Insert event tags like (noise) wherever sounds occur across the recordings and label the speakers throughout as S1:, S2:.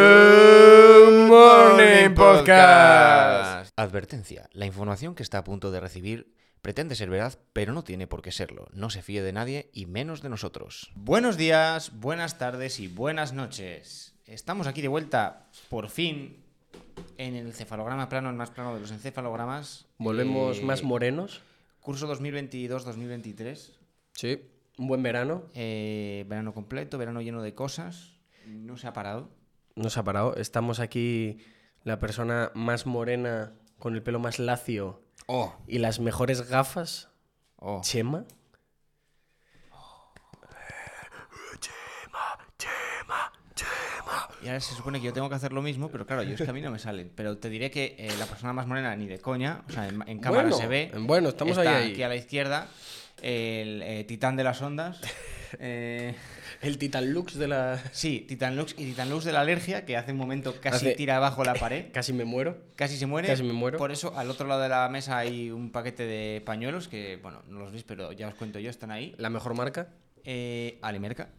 S1: Good Morning Podcast.
S2: Advertencia. La información que está a punto de recibir pretende ser verdad, pero no tiene por qué serlo. No se fíe de nadie y menos de nosotros. Buenos días, buenas tardes y buenas noches. Estamos aquí de vuelta, por fin, en el cefalograma plano, el más plano de los encefalogramas.
S1: Volvemos
S2: Eh,
S1: más morenos.
S2: Curso 2022-2023.
S1: Sí. Un buen verano.
S2: Eh, verano completo, verano lleno de cosas. No se ha parado.
S1: No se ha parado. Estamos aquí la persona más morena, con el pelo más lacio
S2: Oh,
S1: y las mejores gafas.
S2: oh.
S1: Chema.
S2: Y ahora se supone que yo tengo que hacer lo mismo, pero claro, yo es que a mí no me salen. Pero te diré que eh, la persona más morena ni de coña, o sea, en, en cámara
S1: Bueno,
S2: se ve.
S1: bueno, estamos
S2: está
S1: ahí, ahí.
S2: aquí a la izquierda, el eh, titán de las
S1: (laughs)
S2: ondas. eh,
S1: El Titan Lux de la... (laughs)
S2: sí, Titan Lux y Titan Lux de la alergia, que hace un momento casi
S1: Hace-
S2: tira abajo la pared.
S1: Casi me muero.
S2: Casi se muere.
S1: Casi me muero.
S2: Por eso, al otro lado de la mesa hay un paquete de pañuelos que, bueno, no los veis, pero ya os cuento yo, están ahí.
S1: La mejor marca.
S2: Eh,
S1: (laughs)
S2: Alimerca.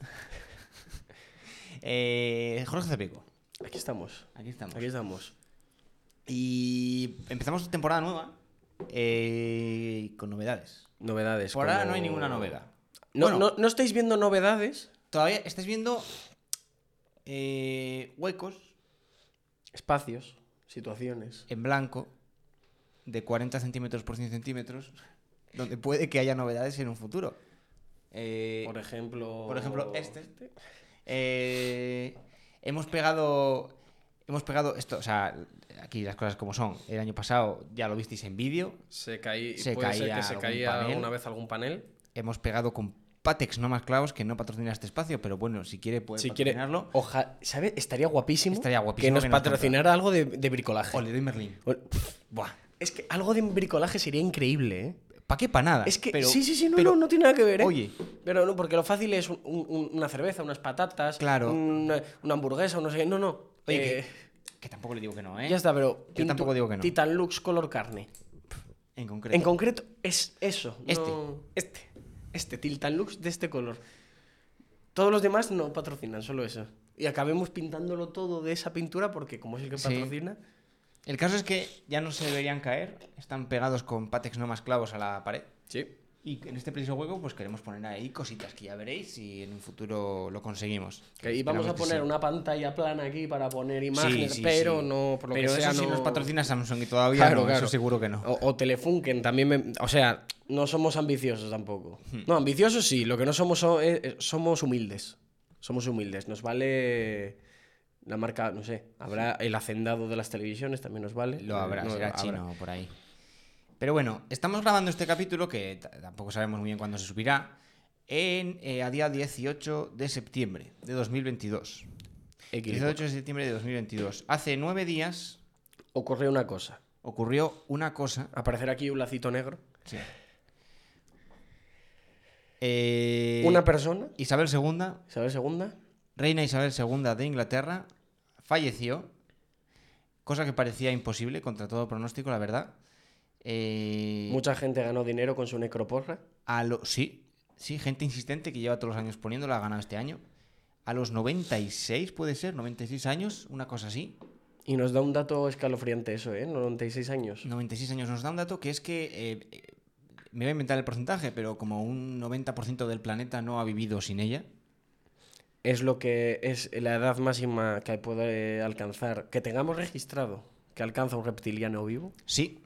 S2: Eh, Jorge Cepico.
S1: Aquí estamos.
S2: Aquí estamos.
S1: Aquí estamos.
S2: Y empezamos temporada nueva eh, con novedades.
S1: Novedades.
S2: Por ahora
S1: como-
S2: no hay ninguna novedad.
S1: No,
S2: Bueno.
S1: no, no estáis viendo novedades.
S2: Todavía estáis viendo eh, huecos
S1: Espacios. Situaciones.
S2: en blanco de 40 centímetros por 100 centímetros donde puede que haya novedades en un futuro. Eh,
S1: Por ejemplo...
S2: por ejemplo, este. Eh, hemos pegado. Hemos pegado esto, o sea, aquí las cosas como son. El año pasado ya lo visteis en vídeo.
S1: Se caía...
S2: Se
S1: puede ser
S2: caía
S1: que se
S2: algún
S1: caía
S2: panel.
S1: alguna vez algún panel.
S2: hemos pegado con Patex, no más clavos, que no patrocina este espacio, pero bueno, si quiere puede
S1: si quiere,
S2: patrocinarlo.
S1: (laughs) ojalá, ¿sabes? Estaría guapísimo,
S2: Estaría guapísimo
S1: que nos
S2: que nos
S1: patrocinara algo de, de bricolaje.
S2: O le doy Merlín.
S1: O- pff,
S2: Buah.
S1: Es que algo de bricolaje sería increíble, ¿eh?
S2: ¿Para qué? Para nada.
S1: Es que
S2: Pero-
S1: sí, sí, sí, no,
S2: pero
S1: no, no tiene nada que ver, ¿eh?
S2: Oye.
S1: Pero no, porque lo fácil es un- un- una cerveza, unas patatas,
S2: Claro.
S1: una, una hamburguesa, o no sé qué. No, no.
S2: Oye,
S1: Eh,
S2: Que tampoco le digo que no, ¿eh?
S1: ya está, pero
S2: Yo tampoco digo que no.
S1: Titan Lux color carne.
S2: En concreto.
S1: En concreto es eso.
S2: Este.
S1: no- este. Este Titan Lux de este color. Todos los demás no patrocinan, solo eso. Y acabemos pintándolo todo de esa pintura porque como es el que
S2: Sí.
S1: patrocina,
S2: El caso es que ya no se deberían caer. Están pegados con Patex, no más clavos a la pared.
S1: sí.
S2: Y en este preciso hueco, pues queremos poner ahí cositas que ya veréis y en un futuro lo conseguimos.
S1: Que- Y vamos a
S2: Esperamos que
S1: poner
S2: sí.
S1: una pantalla plana aquí para poner imágenes,
S2: sí,
S1: pero
S2: sí.
S1: no por lo
S2: Pero
S1: que sea
S2: eso sí
S1: no
S2: nos patrocina Samsung y todavía
S1: Claro,
S2: no,
S1: claro.
S2: eso seguro que no.
S1: O, o Telefunken también me- o sea, no somos ambiciosos tampoco.
S2: Hmm.
S1: No, ambiciosos sí, lo que no somos so- eh, eh, somos humildes. Somos humildes, nos vale la marca, no sé, habrá el hacendado de las televisiones también nos vale.
S2: Lo habrá,
S1: No,
S2: será
S1: habrá.
S2: chino por ahí. Pero bueno, estamos grabando este capítulo que t- tampoco sabemos muy bien cuándo se subirá. En, eh, a día 18 de septiembre de 2022.
S1: X.
S2: 18 de septiembre de 2022. Hace nueve días
S1: Ocurrió una cosa.
S2: ocurrió una cosa.
S1: Aparecer aquí un lacito negro.
S2: Eh,
S1: Una persona,
S2: Isabel II,
S1: Isabel segunda,
S2: reina Isabel II de Inglaterra, falleció. Cosa que parecía imposible, contra todo pronóstico, la verdad. Eh,
S1: mucha gente ganó dinero con su necroporra.
S2: A lo, sí, sí, gente insistente que lleva todos los años poniéndola, ha ganado este año. A los 96, puede ser, 96 años, una cosa así.
S1: Y nos da un dato escalofriante eso, ¿eh? 96 años.
S2: 96 años nos da un dato que es que, eh, eh, me voy a inventar el porcentaje, pero como un 90% del planeta no ha vivido sin ella.
S1: Es lo que es la edad máxima que puede alcanzar, que tengamos registrado, que alcanza un reptiliano vivo.
S2: Sí,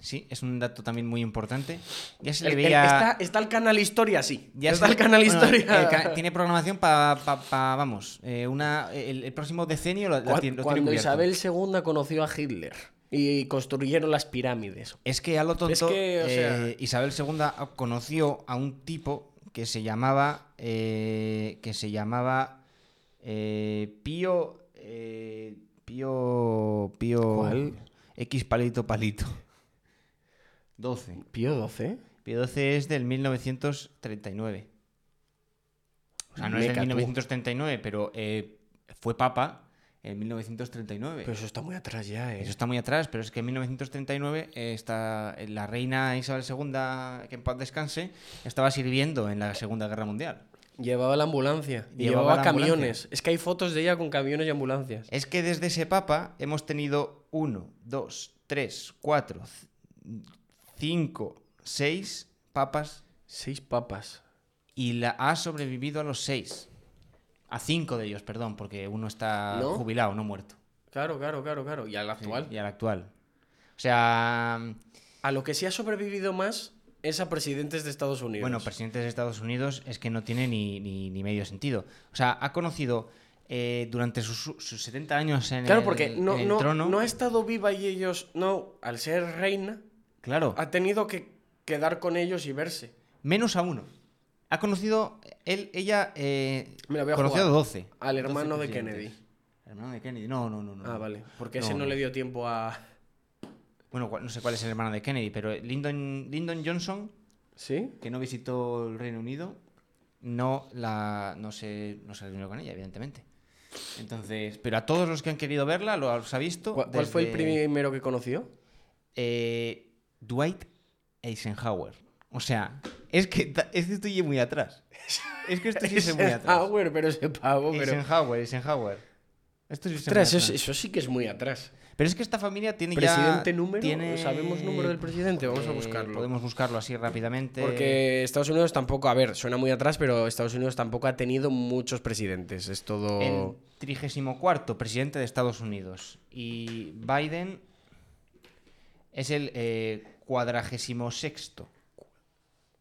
S2: sí, es un dato también muy importante. Ya se
S1: El-
S2: le
S1: el-
S2: veía...
S1: está, está el canal Historia, sí.
S2: Ya
S1: está
S2: se-
S1: el canal
S2: (laughs) bueno,
S1: Historia.
S2: el
S1: (laughs)
S2: ca- tiene programación para, vamos, eh, una, el, el próximo decenio lo, la
S1: Cu-
S2: tiene- lo tiene
S1: Cuando
S2: cubierto.
S1: Isabel II conoció a Hitler y construyeron las pirámides.
S2: Es que a lo tonto,
S1: Es que, o sea-
S2: eh, Isabel II conoció a un tipo que se llamaba. eh, que se llamaba. eh, Pío. eh, Pío. Pío.
S1: ¿Cuál?
S2: X palito palito. 12.
S1: Pío XII.
S2: Pío XII es del 1939. O sea, no es
S1: Meca,
S2: del
S1: tú.
S2: 1939, pero eh, fue papa en 1939.
S1: Pero eso está muy atrás ya, ¿eh?
S2: Eso está muy atrás, pero es que en 1939 eh, está la reina Isabel II, que en paz descanse, estaba sirviendo en la Segunda Guerra Mundial.
S1: Llevaba la ambulancia. y
S2: Llevaba
S1: Llevaba,
S2: la
S1: camiones.
S2: ambulancia. Eh.
S1: Es que hay fotos de ella con camiones y ambulancias.
S2: Es que desde ese papa hemos tenido 1, 2, 3, 4, 5, 6 papas
S1: Seis papas.
S2: y la ha sobrevivido a los 6. A 5 de ellos, perdón, porque uno está
S1: ¿No?
S2: jubilado, no muerto.
S1: Claro, claro, claro, claro. Y al actual.
S2: Y al actual. O sea,
S1: A lo que sí ha sobrevivido más es a presidentes de Estados Unidos.
S2: Bueno, presidentes de Estados Unidos es que no tiene ni, ni- ni medio sentido. O sea, ha conocido eh, durante sus, sus 70 años en
S1: claro,
S2: el,
S1: porque no,
S2: en el
S1: no-
S2: trono.
S1: no ha estado viva y ellos. No, al ser reina,
S2: Claro,
S1: ha tenido que quedar con ellos y verse.
S2: menos a uno. Ha conocido, él, ella, eh,
S1: Me la voy a
S2: conocido
S1: jugar.
S2: 12.
S1: Al
S2: 12
S1: hermano de
S2: presidentes.
S1: Kennedy.
S2: Hermano de Kennedy, no, no, no. no.
S1: Ah, vale. Porque ese no
S2: no.
S1: le dio tiempo a.
S2: Bueno, cual- no sé cuál es el hermano de Kennedy, pero eh, Lyndon, Lyndon Johnson,
S1: ¿Sí?
S2: que no visitó el Reino Unido, no, la, no, se, no se reunió con ella, evidentemente. Entonces, pero a todos los que han querido verla, los ha visto.
S1: ¿Cuál, cuál fue el
S2: desde,
S1: primero que conoció?
S2: eh, Dwight Eisenhower. O sea, es que, ta- es que estoy muy atrás. Es que
S1: (laughs)
S2: esto sí es muy atrás.
S1: Eisenhower, pero ese pavo, pero.
S2: Eisenhower, Eisenhower. Esto sí es muy
S1: Ostras,
S2: atrás.
S1: eso, eso sí que es muy atrás.
S2: Pero es que esta familia tiene
S1: Presidente
S2: ya...
S1: número,
S2: tiene-
S1: ¿sabemos número del presidente? Vamos a
S2: Eh,
S1: buscarlo.
S2: Podemos buscarlo así rápidamente.
S1: Porque Estados Unidos tampoco, a ver, suena muy atrás, pero Estados Unidos tampoco ha tenido muchos presidentes. Es todo.
S2: el 34 presidente de Estados Unidos. Y Biden es el eh, 46.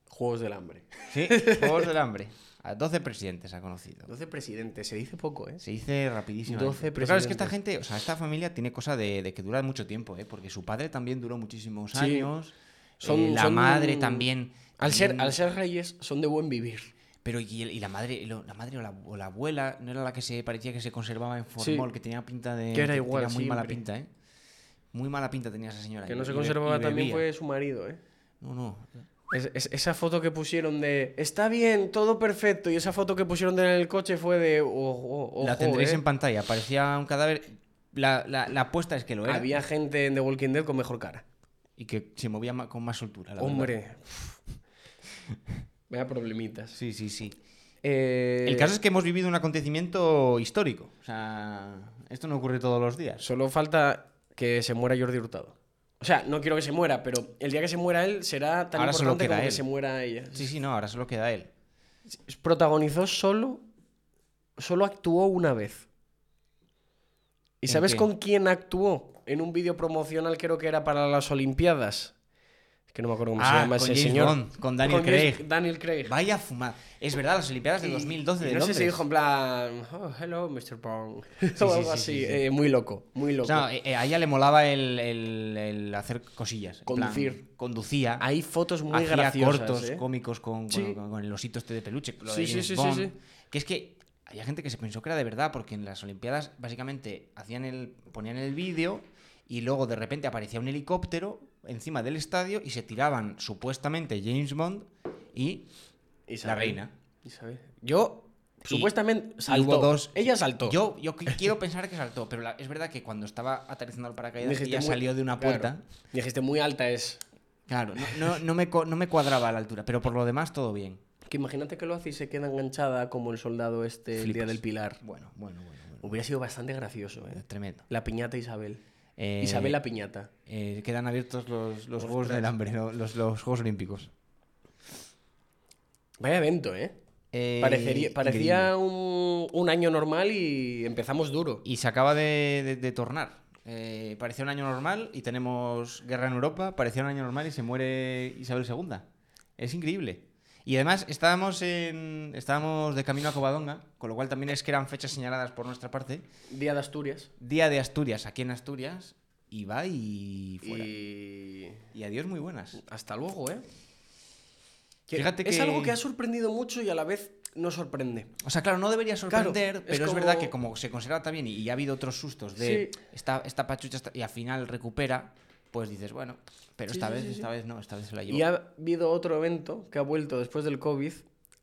S1: Juegos del hambre.
S2: Sí, Juegos del Hambre. A 12 presidentes ha conocido.
S1: 12 presidentes, se dice poco, ¿eh?
S2: Se dice rapidísimo.
S1: 12
S2: Pero claro, es que
S1: presidentes.
S2: esta gente, o sea, esta familia tiene cosa de, de que dura mucho tiempo, ¿eh? Porque su padre también duró muchísimos
S1: Sí.
S2: años.
S1: Son-
S2: eh, la
S1: son-
S2: madre también.
S1: Al ser,
S2: también-
S1: al ser reyes, son de buen vivir.
S2: Pero y, el- y la madre, lo- la madre o la, o la abuela, no era la que se parecía que se conservaba en
S1: Sí.
S2: formol, que tenía pinta de.
S1: Que era igual
S2: Tenía muy mala
S1: siempre.
S2: pinta, ¿eh? Muy mala pinta tenía esa señora.
S1: Que
S2: y-
S1: no se
S2: y be-
S1: conservaba
S2: y
S1: también
S2: bebía.
S1: fue su marido, ¿eh?
S2: No, no.
S1: Es- es- esa foto que pusieron de está bien, todo perfecto, y esa foto que pusieron de en el coche fue de ojo, ojo.
S2: la tendréis
S1: ¿eh?
S2: en pantalla. Parecía un cadáver. La, la, la apuesta es que lo era.
S1: Había gente en The Walking Dead con mejor cara.
S2: Y que se movía ma- con más soltura. la verdad.
S1: Hombre. (laughs) Me da problemitas.
S2: Sí, sí, sí.
S1: Eh,
S2: El caso es que hemos vivido un acontecimiento histórico. O sea, esto no ocurre todos los días.
S1: Solo falta que se muera Jordi Hurtado. O sea, no quiero que se muera, pero el día que se muera él será tan
S2: Ahora solo
S1: importante
S2: queda
S1: como que
S2: él.
S1: se muera ella.
S2: Sí, sí, no, ahora solo queda él.
S1: Protagonizó solo. Solo actuó una vez. ¿Y
S2: ¿En
S1: sabes
S2: qué?
S1: con quién actuó? En un vídeo promocional, creo que era para las Olimpiadas. Es que no me acuerdo cómo se
S2: Ah,
S1: llama
S2: con
S1: ese
S2: James
S1: señor.
S2: Bond, con Daniel
S1: Con James-
S2: Craig.
S1: Daniel Craig.
S2: Vaya fumada. Es verdad, las Olimpiadas de
S1: Y-
S2: 2012 de
S1: y no sé
S2: Londres.
S1: si dijo en plan, "Oh, hello, Mr. Bond. (laughs) o
S2: sí,
S1: algo
S2: sí,
S1: así.
S2: sí, sí.
S1: eh, muy loco, muy loco.
S2: O sea, eh, eh, a ella le molaba el, el- el hacer cosillas. en plan,
S1: Conducir.
S2: conducía.
S1: Hay fotos muy
S2: hacía
S1: graciosas.
S2: cortos
S1: ¿eh?
S2: cómicos con,
S1: Sí.
S2: bueno, con, con el osito este de peluche. lo de
S1: Sí, sí,
S2: James
S1: sí, sí,
S2: Bond.
S1: sí.
S2: Que es que había gente que se pensó que era de verdad, porque en las Olimpiadas básicamente hacían el, ponían el vídeo y luego de repente aparecía un helicóptero encima del estadio y se tiraban supuestamente James Bond y
S1: Isabel.
S2: la reina.
S1: Isabel. Yo,
S2: Y
S1: supuestamente, saltó.
S2: hubo dos-
S1: Ella saltó.
S2: Yo, yo qui- quiero pensar que saltó, pero la- es verdad que cuando estaba aterrizando al paracaídas
S1: Dijiste
S2: ella
S1: muy-
S2: salió de una
S1: claro.
S2: puerta.
S1: Dijiste, muy alta es.
S2: Claro, no, no- no me, co- no me cuadraba la altura, pero por lo demás todo bien.
S1: Que imagínate que lo hace y se queda enganchada como el soldado este el día
S2: Flipas.
S1: del Pilar.
S2: Bueno, bueno, bueno. bueno.
S1: Hubiera sido bastante gracioso, ¿eh?
S2: Tremendo.
S1: La piñata Isabel.
S2: Eh,
S1: Isabel la piñata.
S2: eh, quedan abiertos los, los Juegos
S1: Ostras.
S2: del Hambre, ¿no? los, los Juegos Olímpicos.
S1: Vaya evento, ¿eh?
S2: Eh,
S1: Parecería,
S2: increíble.
S1: parecía un, un año normal y empezamos duro.
S2: Y se acaba de, de- de tornar. Eh, parecía un año normal y tenemos guerra en Europa. Parecía un año normal y se muere Isabel II. Es increíble. Y además estábamos, en, estábamos de camino a Covadonga, con lo cual también es que eran fechas señaladas por nuestra parte.
S1: Día de Asturias.
S2: Día de Asturias, aquí en Asturias, y va y fuera. Y,
S1: Y
S2: adiós, muy buenas.
S1: hasta luego, ¿eh?
S2: Fíjate
S1: Es
S2: que-
S1: algo que ha sorprendido mucho y a la vez no sorprende.
S2: O sea, claro, no debería sorprender,
S1: Claro, es
S2: pero es, verdad
S1: como-
S2: que como se conserva también y ya ha habido otros sustos de
S1: Sí.
S2: esta, esta pachucha esta- y al final recupera, pues dices, bueno, pero
S1: Sí,
S2: esta
S1: sí,
S2: vez,
S1: sí,
S2: esta vez no, esta vez se la llevó.
S1: Y ha habido otro evento que ha vuelto después del COVID,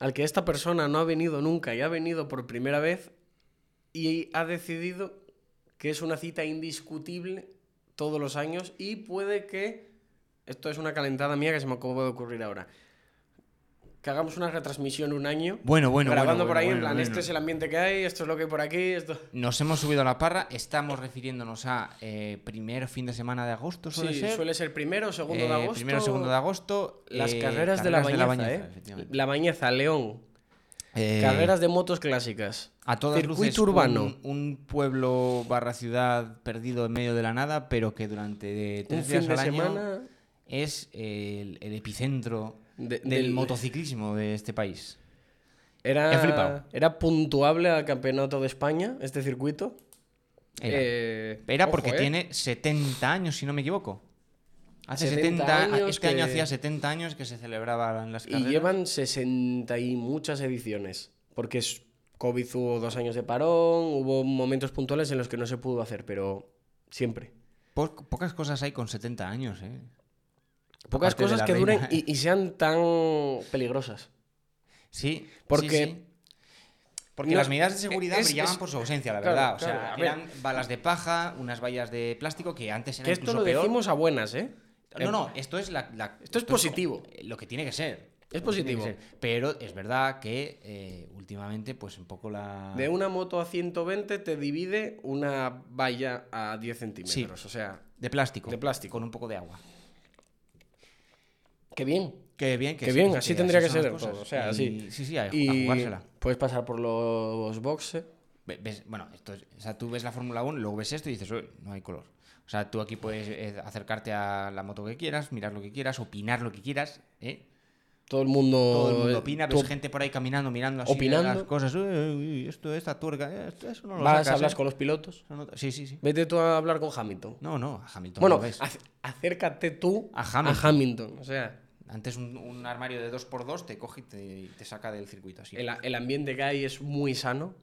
S1: al que esta persona no ha venido nunca y ha venido por primera vez y ha decidido que es una cita indiscutible todos los años y puede que, esto es una calentada mía que se me acaba de ocurrir ahora, que hagamos una retransmisión un año.
S2: Bueno, bueno,
S1: grabando
S2: bueno,
S1: por
S2: bueno,
S1: ahí, en
S2: bueno,
S1: plan,
S2: bueno.
S1: este es el ambiente que hay, esto es lo que hay por aquí, esto.
S2: Nos hemos subido a la parra, estamos refiriéndonos a eh, primer fin de semana de agosto, suele
S1: sí,
S2: Pues ser.
S1: suele ser primero, segundo
S2: Eh,
S1: de agosto.
S2: Primero, segundo de agosto.
S1: Las
S2: eh,
S1: carreras, de la Bañeza, ¿eh?
S2: efectivamente.
S1: La Bañeza, León.
S2: Eh,
S1: Carreras de motos clásicas.
S2: a todas
S1: circuito
S2: luces,
S1: urbano.
S2: Un, un pueblo barra ciudad perdido en medio de la nada, pero que durante tres
S1: Un
S2: días
S1: fin de
S2: al año
S1: semana
S2: es eh, el, el epicentro
S1: de-
S2: del, motociclismo de este país. He flipado.
S1: Era, era puntuable al Campeonato de España, este circuito.
S2: Era,
S1: Eh,
S2: Era
S1: ojo,
S2: porque
S1: eh.
S2: tiene 70 años, si no me equivoco. Hace 70,
S1: 70
S2: años.
S1: años
S2: Este año
S1: que-
S2: hacía 70 años que se celebraban las
S1: Y
S2: carreras.
S1: llevan 60 y muchas ediciones. Porque es- COVID hubo dos años de parón, hubo momentos puntuales en los que no se pudo hacer, pero siempre.
S2: Po- pocas cosas hay con 70 años, ¿eh?
S1: Pocas
S2: Aparte de
S1: cosas
S2: la
S1: que duren
S2: reina.
S1: y, y sean tan peligrosas.
S2: Sí,
S1: Porque-
S2: sí, sí. Porque
S1: No,
S2: las medidas de seguridad
S1: es-
S2: brillaban
S1: es-
S2: por su ausencia, la
S1: claro,
S2: verdad.
S1: claro,
S2: o sea,
S1: a ver.
S2: eran balas de paja, unas vallas de plástico que antes eran
S1: Que esto
S2: incluso
S1: lo
S2: peor.
S1: decimos a buenas, ¿eh?
S2: No, no, esto es la, la-
S1: Esto es positivo.
S2: Lo que tiene que ser.
S1: Es
S2: Lo que tiene que
S1: positivo.
S2: ser. Pero es verdad que eh, últimamente, pues un poco la.
S1: De una moto a 120 te divide una valla a 10 centímetros. O sea,
S2: de plástico.
S1: de plástico.
S2: Con un poco de agua.
S1: qué bien.
S2: Qué bien, que
S1: Qué
S2: sí,
S1: bien,
S2: pues
S1: así tendría que
S2: son
S1: ser
S2: las
S1: todo,
S2: cosas.
S1: o sea,
S2: Y-
S1: así.
S2: Sí, sí, a, a
S1: Y
S2: jugársela.
S1: puedes pasar por los boxes.
S2: Ve- ves- bueno, esto es- o sea, tú ves la Fórmula 1, luego ves esto y dices, "Uy, no hay color. O sea, tú aquí puedes eh, acercarte a la moto que quieras, mirar lo que quieras, opinar lo que quieras. ¿eh?
S1: Todo el mundo. eh,
S2: Todo el mundo opina,
S1: tú
S2: ves gente por ahí caminando, mirando así
S1: opinando.
S2: las cosas. "Uy, uy, uy, esto, esta tuerca, eh, esto, eso no lo
S1: vas,
S2: sacas,
S1: hablas
S2: eh".
S1: con los pilotos.
S2: Eso no- Sí, sí, sí.
S1: Vete tú a hablar con Hamilton.
S2: No, no, a Hamilton.
S1: bueno,
S2: no lo ves.
S1: ac- acércate tú
S2: A Hamilton.
S1: a Hamilton. O sea,
S2: Antes un, un armario de 2x2 te coge y te, y te saca del circuito así.
S1: el, el ambiente que hay es muy sano.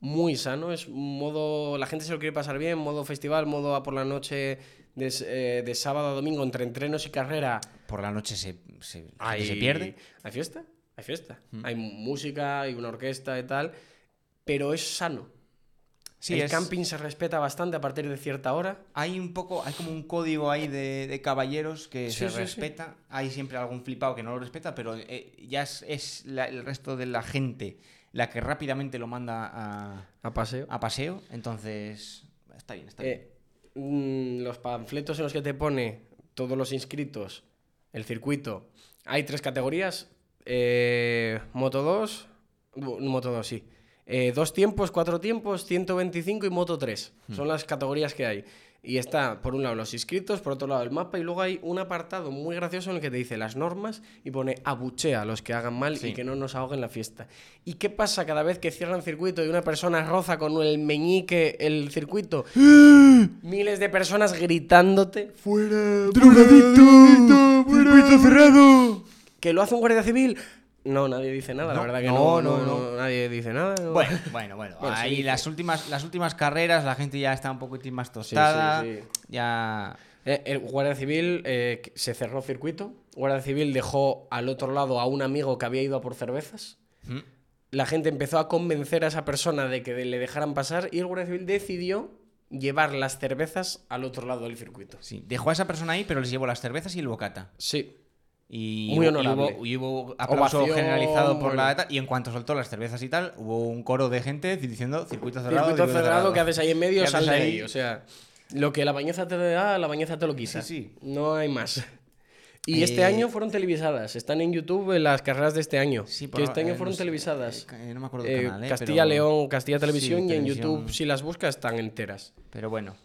S1: Muy sano. Es un modo. La gente se lo quiere pasar bien. Modo festival, modo a por la noche de, s- eh, de sábado a domingo entre entrenos y carrera.
S2: Por la noche se, se, gente
S1: Hay-
S2: se pierde. Mm.
S1: Hay fiesta, hay fiesta. Hay música, hay una orquesta y tal. Pero es sano.
S2: Sí,
S1: el
S2: es-
S1: camping se respeta bastante a partir de cierta hora.
S2: Hay un poco, hay como un código ahí de, de caballeros que
S1: Sí,
S2: se
S1: sí, sí.
S2: respeta. Hay siempre algún flipado que no lo respeta, pero eh, ya es, es la- el resto de la gente la que rápidamente lo manda a,
S1: A paseo.
S2: a paseo. Entonces, está bien, está bien.
S1: Eh, mm, los panfletos en los que te pone todos los inscritos, el circuito, hay tres categorías. eh, Moto 2, bu- Moto 2 sí. Eh, dos tiempos, cuatro tiempos, 125 y Moto 3.
S2: Hmm.
S1: Son las categorías que hay. Y está, por un lado, los inscritos, por otro lado, el mapa, y luego hay un apartado muy gracioso en el que te dice las normas y pone abuchea a los que hagan mal
S2: Sí.
S1: y que no nos ahoguen la fiesta. ¿Y qué pasa cada vez que cierran circuito y una persona roza con el meñique el circuito? Miles de personas gritándote
S2: ¡Fuera! ¡Drogadicto! ¡Circuito cerrado!
S1: que lo hace un guardia civil. No, nadie dice nada,
S2: No,
S1: la verdad que
S2: no,
S1: no.
S2: no, no.
S1: Nadie dice nada. no.
S2: Bueno, bueno, bueno.
S1: Bueno, sí,
S2: ahí
S1: sí.
S2: las, últimas, las últimas carreras la gente ya está un poquitín más tostada.
S1: sí.
S2: Ya.
S1: Eh, el guardia civil eh, que- se cerró circuito. Guardia civil dejó al otro lado a un amigo que había ido a por cervezas.
S2: Mm.
S1: La gente empezó a convencer a esa persona de que le dejaran pasar y el guardia civil decidió llevar las cervezas al otro lado del circuito.
S2: Sí, dejó a esa persona ahí, pero les llevo las cervezas y el bocata.
S1: Sí.
S2: Y
S1: Muy
S2: hubo-
S1: honorable.
S2: Y hubo, y hubo aplauso
S1: Ovación,
S2: generalizado por la...
S1: bueno.
S2: Y en cuanto soltó las cervezas y tal, hubo un coro de gente diciendo circuito cerrado.
S1: circuito cerrado, que haces ahí en medio,
S2: ¿Qué haces
S1: sal de
S2: ahí?
S1: ahí. O sea, lo que la bañeza te da, la bañeza te lo quita.
S2: Sí, sí.
S1: No hay más. Y
S2: Eh,
S1: este año fueron televisadas. Están en YouTube en las carreras de este año.
S2: Sí,
S1: que
S2: por-
S1: este año
S2: eh,
S1: fueron
S2: no sé,
S1: televisadas.
S2: eh, no me acuerdo del
S1: Eh,
S2: canal, eh,
S1: Castilla
S2: pero-
S1: León, Castilla Televisión
S2: Sí,
S1: y
S2: televisión.
S1: en YouTube, si las buscas, están enteras.
S2: Pero bueno,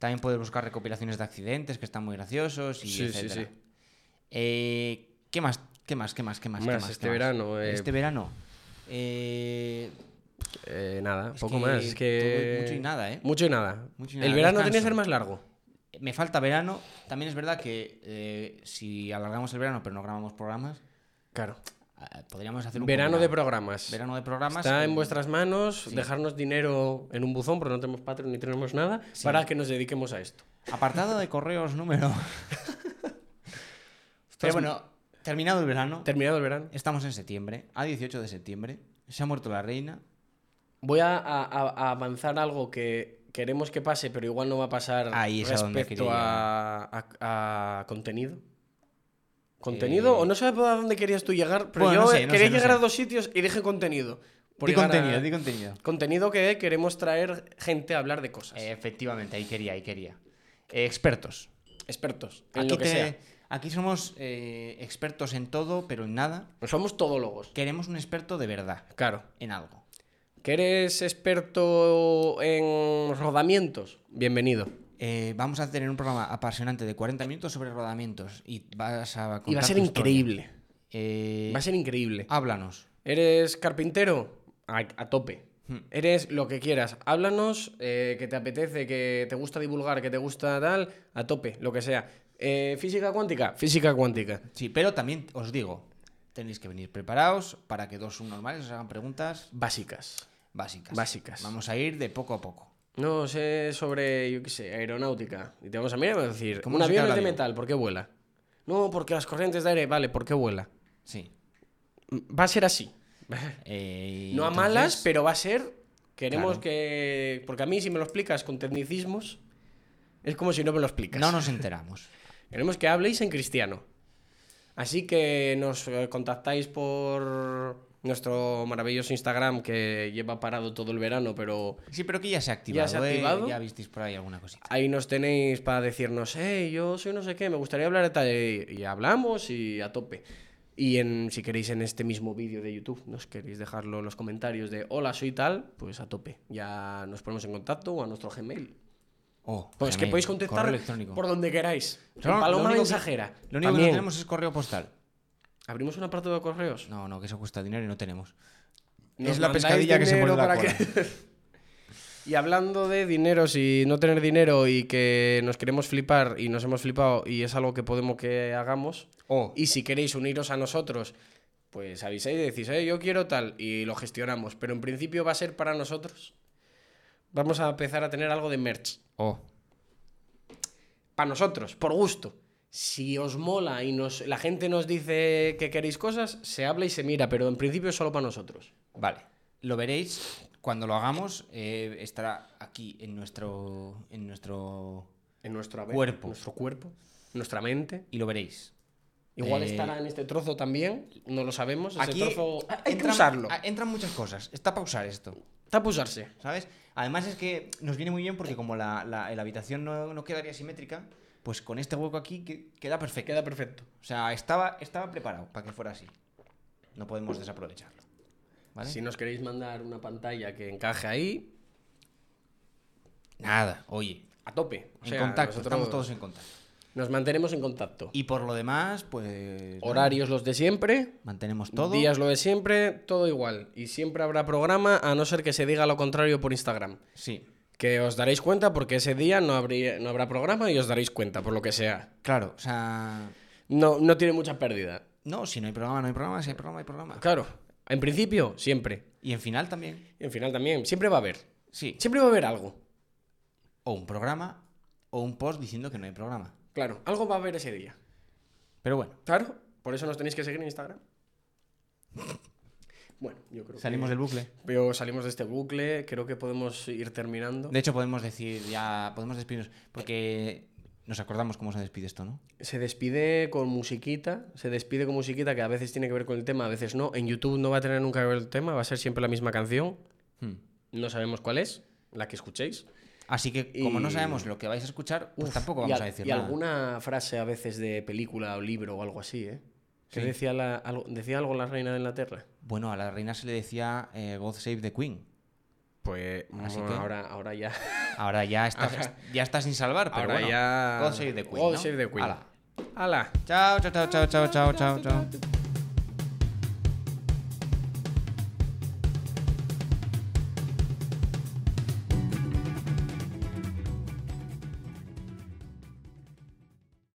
S2: también puedes buscar recopilaciones de accidentes que están muy graciosos y
S1: Sí, sí, sí.
S2: etcétera. Eh, ¿Qué más? ¿Qué más? ¿Qué más? ¿Qué más? qué
S1: Más
S2: qué
S1: este verano, eh,
S2: Este verano. Eh,
S1: Eh, nada,
S2: Es
S1: poco
S2: que
S1: más. Es que...
S2: todo- mucho y nada, ¿eh?
S1: Mucho y nada.
S2: Mucho y nada,
S1: El verano
S2: descanso.
S1: tenía que ser más largo.
S2: me falta verano. También es verdad que eh, si alargamos el verano pero no grabamos programas,
S1: Claro.
S2: ah, podríamos hacer un
S1: Verano de
S2: combinado.
S1: programas.
S2: verano de programas.
S1: Está
S2: eh,
S1: en vuestras manos dejarnos dinero en un buzón, porque no tenemos Patreon ni tenemos nada, para que nos dediquemos a esto.
S2: Apartado de correos
S1: (laughs)
S2: número. Pero bueno, terminado el verano,
S1: Terminado el verano.
S2: estamos en septiembre, a 18 de septiembre, se ha muerto la reina.
S1: Voy a, a- a- a avanzar algo que queremos que pase, pero igual no va a pasar
S2: Ahí es a donde
S1: respecto
S2: quería
S1: a, a- a contenido. ¿Contenido? ¿O no sabes a dónde querías tú llegar? Pero
S2: Eh, Bueno,
S1: yo
S2: no sé,
S1: eh,
S2: no
S1: quería
S2: sé, no
S1: llegar
S2: sé.
S1: a dos sitios y dije contenido. por
S2: Di
S1: llegar a-
S2: contenido, di contenido.
S1: Contenido que queremos traer gente a hablar de cosas.
S2: Eh, efectivamente, ahí quería, ahí quería. Eh, expertos.
S1: Expertos. En
S2: Aquí,
S1: lo que
S2: te-
S1: sea.
S2: aquí somos eh, expertos en todo, pero en nada.
S1: Pues Somos todólogos.
S2: Queremos un experto de verdad,
S1: Claro.
S2: en algo.
S1: ¿Que eres experto en rodamientos? Bienvenido.
S2: Eh, vamos a tener un programa apasionante de 40 minutos sobre rodamientos y vas a
S1: y va a
S2: contar
S1: ser
S2: tu historia.
S1: increíble.
S2: Eh,
S1: Va a ser increíble.
S2: Háblanos.
S1: ¿Eres carpintero? A, a tope.
S2: Hmm.
S1: Eres lo que quieras. Háblanos, eh, que te apetece, que te gusta divulgar, que te gusta tal, a tope, lo que sea. Eh, ¿Física cuántica? Física cuántica.
S2: Sí, pero también os digo, tenéis que venir preparados para que dos subnormales os hagan preguntas
S1: Básicas.
S2: básicas.
S1: Básicas.
S2: Vamos a ir de poco a poco.
S1: No sé sobre, yo qué sé, aeronáutica. Y te vamos a mirar y vas a decir,
S2: ¿Cómo
S1: un
S2: se te
S1: avión
S2: habla
S1: es de
S2: bien?
S1: metal, ¿por qué vuela? No, porque las corrientes de aire, vale, ¿por qué vuela? Mm,
S2: Sí.
S1: Va a ser así.
S2: Eh, y
S1: No a
S2: entonces-
S1: malas, pero va a ser. Queremos
S2: Claro.
S1: que. Porque a mí, si me lo explicas con tecnicismos, es como si no me lo explicas.
S2: No nos enteramos.
S1: Queremos que habléis en cristiano. Así que nos eh, contactáis por nuestro maravilloso Instagram que lleva parado todo el verano, pero
S2: Sí, pero que ya se ha activado.
S1: (laughs) ¿Ya se ha
S2: ¿eh?
S1: activado?
S2: Ya visteis por ahí alguna cosita.
S1: ahí nos tenéis para decirnos, hey, yo soy no sé qué, me gustaría hablar de tal. Y y hablamos y a tope. Y en, si queréis en este mismo vídeo de YouTube, nos queréis dejarlo en los comentarios de hola, soy tal, pues a tope. Ya nos ponemos en contacto o a nuestro Gmail.
S2: Oh,
S1: Pues que
S2: Gmail,
S1: podéis
S2: correo
S1: contestar
S2: electrónico.
S1: por donde queráis. En
S2: Solo- lo
S1: Paloma
S2: único que-
S1: Mensajera.
S2: Lo único que no
S1: También.
S2: tenemos es correo postal.
S1: ¿Abrimos un apartado de correos?
S2: No, no, que eso cuesta dinero y no tenemos.
S1: Nos
S2: es la
S1: mandáis
S2: pescadilla que se
S1: dinero
S2: muerde la
S1: para
S2: cola.
S1: que- (laughs) Y hablando de dinero, si no tener dinero y que nos queremos flipar y nos hemos flipado y es algo que podemos que hagamos,
S2: Oh,
S1: y si queréis uniros a nosotros, pues avisáis y decís, eh, yo quiero tal, y lo gestionamos, pero en principio va a ser para nosotros. Vamos a empezar a tener algo de merch.
S2: oh.
S1: Para nosotros, por gusto. Si os mola y nos, la gente nos dice que queréis cosas, se habla y se mira, pero en principio es solo para nosotros.
S2: Vale. Lo veréis cuando lo hagamos. eh, estará aquí en nuestro. En nuestro.
S1: En nuestro haber,
S2: Cuerpo.
S1: Nuestro cuerpo, nuestra mente.
S2: Y lo veréis.
S1: Igual
S2: Eh,
S1: estará en este trozo también, no lo sabemos. ese
S2: Aquí
S1: trozo
S2: a-
S1: hay que
S2: entran-
S1: usarlo.
S2: a- entran muchas cosas. Está para usar esto.
S1: Está para usarse.
S2: ¿Sabes? Además es que nos viene muy bien porque como la, la- la habitación no, no quedaría simétrica, pues con este hueco aquí que- queda perfecto.
S1: Queda perfecto.
S2: O sea, estaba, estaba preparado para que fuera así. No podemos desaprovecharlo. ¿Vale?
S1: Si nos queréis mandar una pantalla que encaje ahí,
S2: Nada, oye.
S1: a tope. O
S2: En
S1: sea,
S2: contacto,
S1: nosotros
S2: estamos todos en contacto.
S1: Nos mantenemos en contacto.
S2: Y por lo demás, pues... nada,
S1: Horarios los de siempre,
S2: Mantenemos todo.
S1: días lo de siempre, todo igual. Y siempre habrá programa, a no ser que se diga lo contrario por Instagram.
S2: Sí,
S1: Que os daréis cuenta porque ese día no, habría- no habrá programa y os daréis cuenta, por lo que sea.
S2: claro. O sea...
S1: No, no tiene mucha pérdida.
S2: No, si no hay programa, no hay programa. Si hay programa, hay programa.
S1: Claro, en principio, siempre.
S2: Y en final también.
S1: Y en final también, siempre va a haber.
S2: Sí.
S1: Siempre va a haber algo.
S2: O un programa o un post diciendo que no hay programa.
S1: Claro, algo va a haber ese día.
S2: Pero bueno.
S1: Claro, por eso nos tenéis que seguir en Instagram. (laughs) Bueno, yo creo
S2: Salimos
S1: que...
S2: del bucle.
S1: Pero salimos de este bucle, creo que podemos ir terminando.
S2: De hecho, podemos decir ya, podemos despedirnos, porque nos acordamos cómo se despide esto, ¿no?
S1: Se despide con musiquita, se despide con musiquita que a veces tiene que ver con el tema, a veces no. En YouTube no va a tener nunca que ver el tema, va a ser siempre la misma canción.
S2: Hmm.
S1: No sabemos cuál es, la que escuchéis.
S2: Así que, como no
S1: Y-
S2: sabemos lo que vais a escuchar, pues
S1: Uf, y
S2: tampoco vamos
S1: al-
S2: a decir
S1: Y
S2: nada.
S1: alguna frase a veces de película o libro o algo así, ¿eh? Que
S2: Sí.
S1: decía, la- algo, decía algo la reina de Inglaterra.
S2: Bueno, a la reina se le decía eh, God Save the Queen.
S1: Pues
S2: Así
S1: bueno,
S2: que-
S1: ahora, ahora ya.
S2: Ahora ya está, ya está sin salvar, pero
S1: ahora
S2: bueno.
S1: ya.
S2: God Save the Queen.
S1: God
S2: ¿no?
S1: Save the Queen.
S2: Ala.
S1: Ala.
S2: Chao, chao, chao, chao, chao, chao, chao.